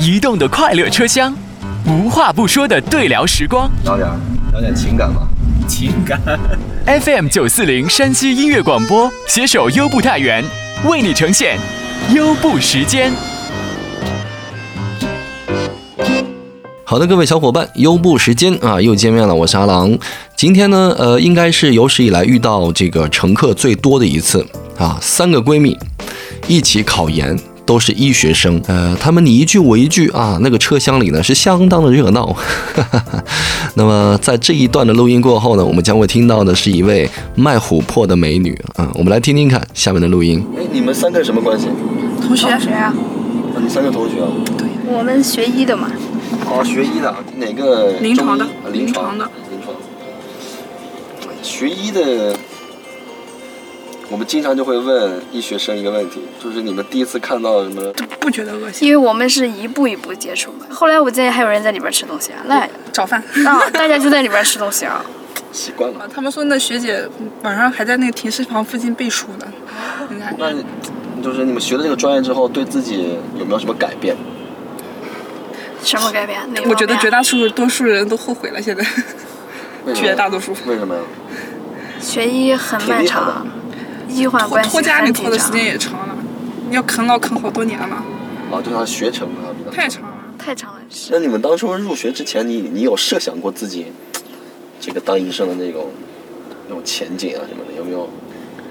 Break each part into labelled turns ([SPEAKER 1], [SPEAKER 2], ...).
[SPEAKER 1] 移动的快乐车厢，无话不说的对聊时光。
[SPEAKER 2] 聊点儿聊点情感吧。
[SPEAKER 3] 情感
[SPEAKER 1] FM 九四零山西音乐广播携手优步太原，为你呈现优步时间。
[SPEAKER 2] 好的，各位小伙伴，优步时间啊，又见面了，我是阿郎。今天呢，呃，应该是有史以来遇到这个乘客最多的一次啊，三个闺蜜一起考研。都是医学生，呃，他们你一句我一句啊，那个车厢里呢是相当的热闹。 那么在这一段的录音过后呢，我们将会听到的是一位卖琥珀的美女啊，我们来听听看下面的录音。哎，你们三个什么关系？
[SPEAKER 4] 同学，
[SPEAKER 5] 谁啊？
[SPEAKER 2] 啊，你三个同学啊？
[SPEAKER 5] 我们学医的嘛，
[SPEAKER 2] 哦，学医的啊，哪个中医？
[SPEAKER 4] 临床的
[SPEAKER 2] 啊
[SPEAKER 4] 临
[SPEAKER 2] 临床
[SPEAKER 4] 床的，
[SPEAKER 2] 临床。学医的，我们经常就会问医学生一个问题，就是你们第一次看到什么？
[SPEAKER 4] 不觉得恶心。
[SPEAKER 5] 因为我们是一步一步接触嘛。后来我见还有人在里边吃东西啊，那
[SPEAKER 4] 早饭。
[SPEAKER 5] 啊，大家就在里边吃东西啊。
[SPEAKER 2] 习惯了。
[SPEAKER 4] 他们说那学姐晚上还在那个停尸房附近背书呢。你看，
[SPEAKER 2] 那就是你们学了这个专业之后，对自己有没有什么改变？
[SPEAKER 5] 什么改变？哪方面啊
[SPEAKER 4] 我觉得绝大多数多数人都后悔了，现在
[SPEAKER 2] 为什么
[SPEAKER 4] 绝大多数
[SPEAKER 2] 为什么呀？
[SPEAKER 5] 学医很
[SPEAKER 2] 挺
[SPEAKER 5] 漫
[SPEAKER 2] 厉害的
[SPEAKER 5] 长，医患
[SPEAKER 4] 拖
[SPEAKER 5] 关系
[SPEAKER 4] 拖家
[SPEAKER 5] 很
[SPEAKER 4] 里
[SPEAKER 5] 紧
[SPEAKER 4] 拖的时
[SPEAKER 5] 张
[SPEAKER 4] 间也长了，要啃老啃好多年了，
[SPEAKER 2] 啊，就是他学成啊，比较
[SPEAKER 4] 太长了。
[SPEAKER 5] 太长了，是
[SPEAKER 4] 嗯
[SPEAKER 2] 那你们当初入学之前，你你有设想过自己这个当医生的那种那种前景啊什么的，有没有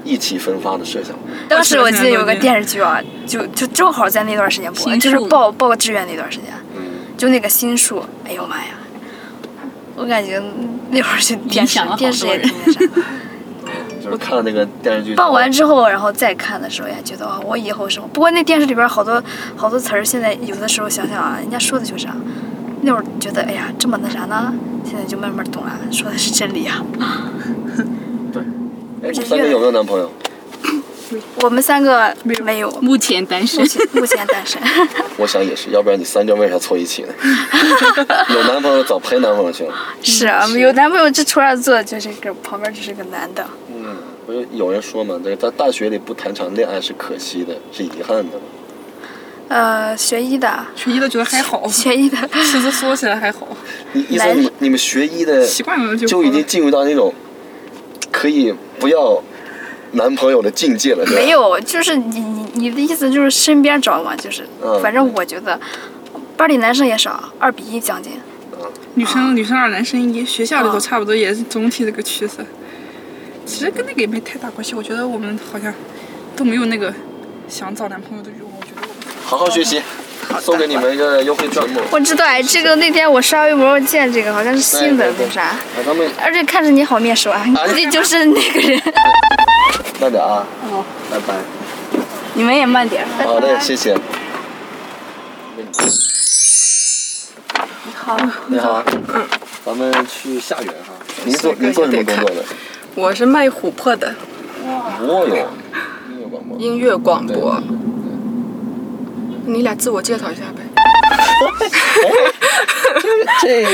[SPEAKER 2] 意气风发的设想？
[SPEAKER 5] 当时我记得有个电视剧啊，就就正好在那段时间播，
[SPEAKER 4] 嗯新
[SPEAKER 5] 就是
[SPEAKER 4] 术
[SPEAKER 5] 报报志愿那段时间，
[SPEAKER 2] 嗯，
[SPEAKER 5] 就那个心术，哎呦妈呀！我感觉那会儿是电视
[SPEAKER 6] 响了好
[SPEAKER 5] 电视
[SPEAKER 6] 多
[SPEAKER 5] 也
[SPEAKER 6] 人
[SPEAKER 5] 挺那啥的。
[SPEAKER 2] 就是看了那个电视剧，
[SPEAKER 5] 报完之后，然后再看的时候，也觉得啊，我以后什么？不过那电视里边好多好多词儿，现在有的时候想想啊，人家说的就是啊，那会儿觉得哎呀这么那啥呢，现在就慢慢懂了，说的是真理啊。
[SPEAKER 2] 哎，你们三个有没有男朋友？
[SPEAKER 5] 我们三个没有，
[SPEAKER 6] 目前单身
[SPEAKER 5] 目。前目前单 身，
[SPEAKER 2] 我想也是，要不然你三个为啥凑一起呢？有男朋友早陪男朋友去了。
[SPEAKER 5] 是啊，有男朋友这除了坐就是个旁边就是个男的，
[SPEAKER 2] 嗯，不是有人说嘛，这个在大学里不谈场恋爱是可惜的，是遗憾的。
[SPEAKER 5] 呃，学医的，
[SPEAKER 4] 学医的觉得还好，其
[SPEAKER 5] 学医的，
[SPEAKER 4] 实说起来还好，
[SPEAKER 2] 你医
[SPEAKER 5] 来
[SPEAKER 2] 生，你们你们学医的
[SPEAKER 4] 习惯了就
[SPEAKER 2] 就已
[SPEAKER 4] 好
[SPEAKER 2] 经
[SPEAKER 4] 了
[SPEAKER 2] 进入到那种可以不要男朋友的境界了，对吧？
[SPEAKER 5] 没有，就是你你你的意思就是身边找嘛，就是
[SPEAKER 2] 嗯，
[SPEAKER 5] 反正我觉得班里男生也少，二比一将近。
[SPEAKER 4] 女生女生二男生一，学校里头差不多也是总体这个趋势。其实跟那个也没太大关系，我觉得我们好像都没有那个想找男朋友的欲望。我觉得我们
[SPEAKER 2] 好好学习，送给你们一个优惠券目。
[SPEAKER 5] 我知道哎，这个那天我刷微博，我见这个好像是新的
[SPEAKER 2] 对对对
[SPEAKER 5] 那啥，
[SPEAKER 2] 啊，他们
[SPEAKER 5] 而且看着你好面熟啊，你就是那 个人。
[SPEAKER 2] 慢点啊，拜拜。
[SPEAKER 6] 你们也慢点。
[SPEAKER 2] 好的，谢谢。你好，你好，嗯，咱们去下园哈。您做您做什么工作的？
[SPEAKER 7] 我是卖琥珀的，
[SPEAKER 2] 我有音乐广播。
[SPEAKER 7] 音乐广播。你俩自我介绍一下呗。
[SPEAKER 2] 这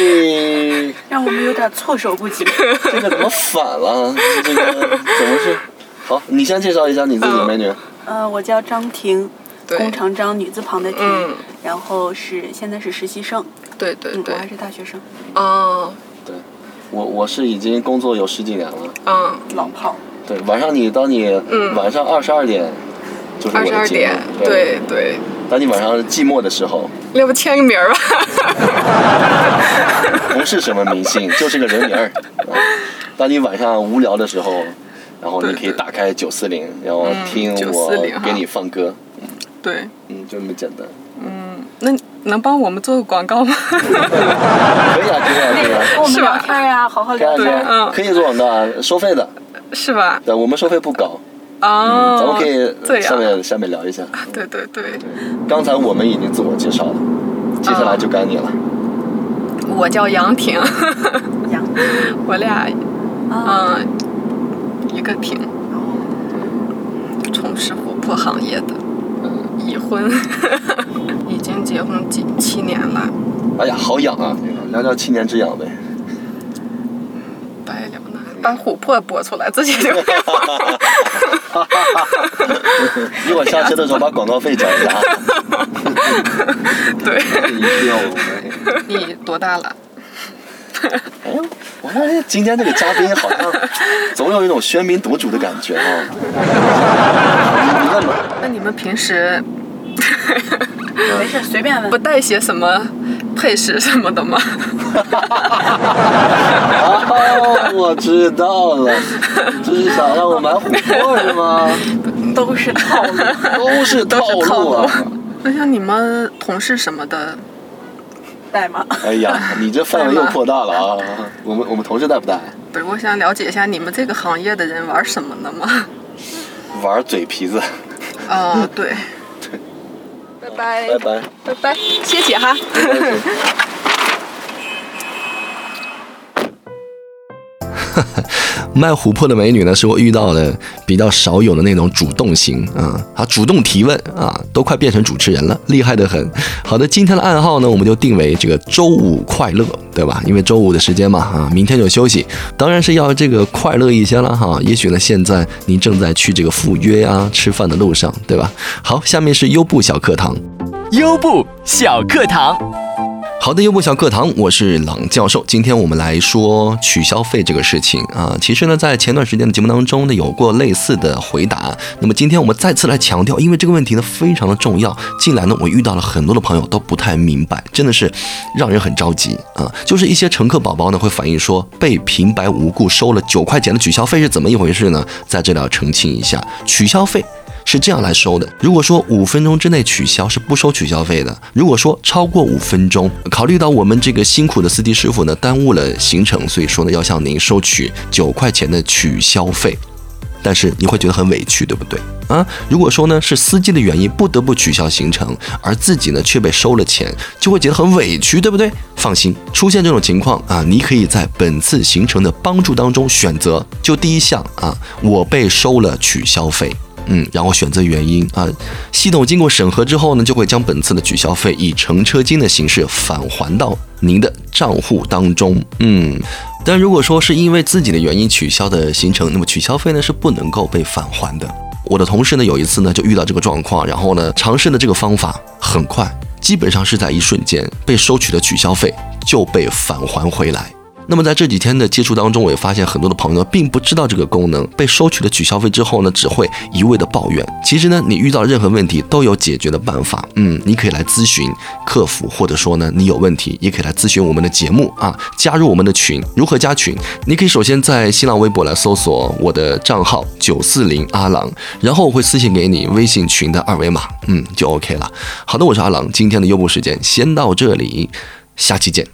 [SPEAKER 7] 哦
[SPEAKER 6] 让我们有点措手不及。
[SPEAKER 2] 这个怎么反了？这个怎么是？好，你先介绍一下你自
[SPEAKER 7] 嗯
[SPEAKER 2] 己，美女。
[SPEAKER 6] 呃，我叫张婷，
[SPEAKER 7] 对
[SPEAKER 6] 工长张女字旁的婷，
[SPEAKER 7] 嗯
[SPEAKER 6] 然后是现在是实习生，
[SPEAKER 7] 对对
[SPEAKER 6] 嗯，我
[SPEAKER 7] 对，
[SPEAKER 6] 还是大学生，
[SPEAKER 7] 嗯
[SPEAKER 2] 对，我我是已经工作有十几年了。
[SPEAKER 7] 嗯，
[SPEAKER 6] 老炮儿。
[SPEAKER 2] 对，晚上你当你
[SPEAKER 7] 嗯
[SPEAKER 2] 晚上二十二点，就是我
[SPEAKER 7] 二十
[SPEAKER 2] 的
[SPEAKER 7] 二
[SPEAKER 2] 节
[SPEAKER 7] 点
[SPEAKER 2] 目。，
[SPEAKER 7] 对对，
[SPEAKER 2] 当你晚上寂寞的时候，
[SPEAKER 7] 要不签个名儿吧？
[SPEAKER 2] 不是什么明星， 就是个人名儿。啊当你晚上无聊的时候，然后你
[SPEAKER 7] 对
[SPEAKER 2] 可以
[SPEAKER 7] 对
[SPEAKER 2] 打开九四零，然后
[SPEAKER 7] 嗯
[SPEAKER 2] 听我
[SPEAKER 7] 940哈
[SPEAKER 2] 给你放歌。
[SPEAKER 7] 对，
[SPEAKER 2] 嗯，就这么简单。
[SPEAKER 7] 那你能帮我们做个广告吗？
[SPEAKER 2] 可以啊，可以啊，可以啊。
[SPEAKER 6] 跟我
[SPEAKER 7] 是
[SPEAKER 6] 们
[SPEAKER 7] 吧
[SPEAKER 6] 聊天呀、好好
[SPEAKER 2] 可以啊，可
[SPEAKER 6] 聊天
[SPEAKER 2] 以
[SPEAKER 7] 对
[SPEAKER 2] 啊
[SPEAKER 7] 嗯
[SPEAKER 2] 可以做广告啊，收费的，
[SPEAKER 7] 是吧？
[SPEAKER 2] 对，我们收费不高，
[SPEAKER 7] 哦，
[SPEAKER 2] 咱们可
[SPEAKER 7] 这
[SPEAKER 2] 以
[SPEAKER 7] 样
[SPEAKER 2] 下面下面聊一下。
[SPEAKER 7] 对对对，
[SPEAKER 2] 刚才我们已经自我介绍了，接下来就该你了。
[SPEAKER 7] 我叫杨婷，
[SPEAKER 6] 杨
[SPEAKER 7] 我俩
[SPEAKER 6] 啊，
[SPEAKER 7] 嗯一个婷，从事琥珀行业的，已婚， 已经结婚几七年了。
[SPEAKER 2] 哎呀，好痒啊！聊聊七年之痒呗。
[SPEAKER 7] 白聊呢，把琥珀播出来，自己就会 了。
[SPEAKER 2] 一会儿下车的时候把广告费交一下啊。
[SPEAKER 7] 对，
[SPEAKER 2] 一定要我们。
[SPEAKER 7] 你多大了？
[SPEAKER 3] 哎，我发现今天这个嘉宾好像总有一种喧宾夺主的感觉啊。那么，
[SPEAKER 7] 那你们平时嗯
[SPEAKER 6] 没事，随便问
[SPEAKER 7] 不。带些什么配饰什么的吗？
[SPEAKER 3] 哦，我知道了，这是想让我买琥珀是吗？
[SPEAKER 6] 都 是套路。
[SPEAKER 3] 都是套路啊！
[SPEAKER 7] 那像你们同事什么的，
[SPEAKER 6] 带吗？
[SPEAKER 3] 哎呀，你这范围又扩大了 啊！我们我们同事带不带？
[SPEAKER 7] 不是我想了解一下你们这个行业的人玩什么呢吗？
[SPEAKER 3] 玩嘴皮子，
[SPEAKER 7] 啊、对，
[SPEAKER 6] 拜拜
[SPEAKER 3] 拜拜。
[SPEAKER 6] 拜拜，谢谢哈。
[SPEAKER 2] 卖琥珀的美女呢，是我遇到的比较少有的那种主动型啊，啊，主动提问啊，都快变成主持人了，厉害的很。好的，今天的暗号呢，我们就定为这个周五快乐，对吧？因为周五的时间嘛，啊，明天就休息，当然是要这个快乐一些了哈。也许呢，现在您正在去这个赴约啊、吃饭的路上，对吧？好，下面是优步小课堂。
[SPEAKER 1] 优步小课堂。
[SPEAKER 2] 好的，优步小课堂，我是朗教授。今天我们来说取消费这个事情啊。其实呢，在前段时间的节目当中呢，有过类似的回答。那么今天我们再次来强调，因为这个问题呢非常的重要。近来呢，我遇到了很多的朋友都不太明白，真的是让人很着急啊。就是一些乘客宝宝呢会反映说，被平白无故收了九块钱的取消费是怎么一回事呢？在这里要澄清一下，取消费。是这样来收的。如果说五分钟之内取消是不收取消费的。如果说超过五分钟，考虑到我们这个辛苦的司机师傅呢耽误了行程，所以说呢要向您收取九块钱的取消费。但是你会觉得很委屈，对不对啊？如果说呢是司机的原因不得不取消行程，而自己呢却被收了钱，就会觉得很委屈，对不对？放心，出现这种情况啊，你可以在本次行程的帮助当中选择，就第一项啊，我被收了取消费。嗯，然后选择原因啊，系统经过审核之后呢，就会将本次的取消费以乘车金的形式返还到您的账户当中。嗯，但如果说是因为自己的原因取消的行程，那么取消费呢是不能够被返还的。我的同事呢有一次呢就遇到这个状况，然后呢尝试了这个方法，很快，基本上是在一瞬间被收取的取消费就被返还回来。那么在这几天的接触当中，我也发现很多的朋友并不知道这个功能，被收取了取消费之后呢，只会一味的抱怨。其实呢，你遇到任何问题都有解决的办法，嗯，你可以来咨询客服，或者说呢，你有问题也可以来咨询我们的节目啊，加入我们的群。如何加群？你可以首先在新浪微博来搜索我的账号九四零阿郎，然后我会私信给你微信群的二维码，嗯，就 OK 了。好的，我是阿郎，今天的优步时间先到这里，下期见。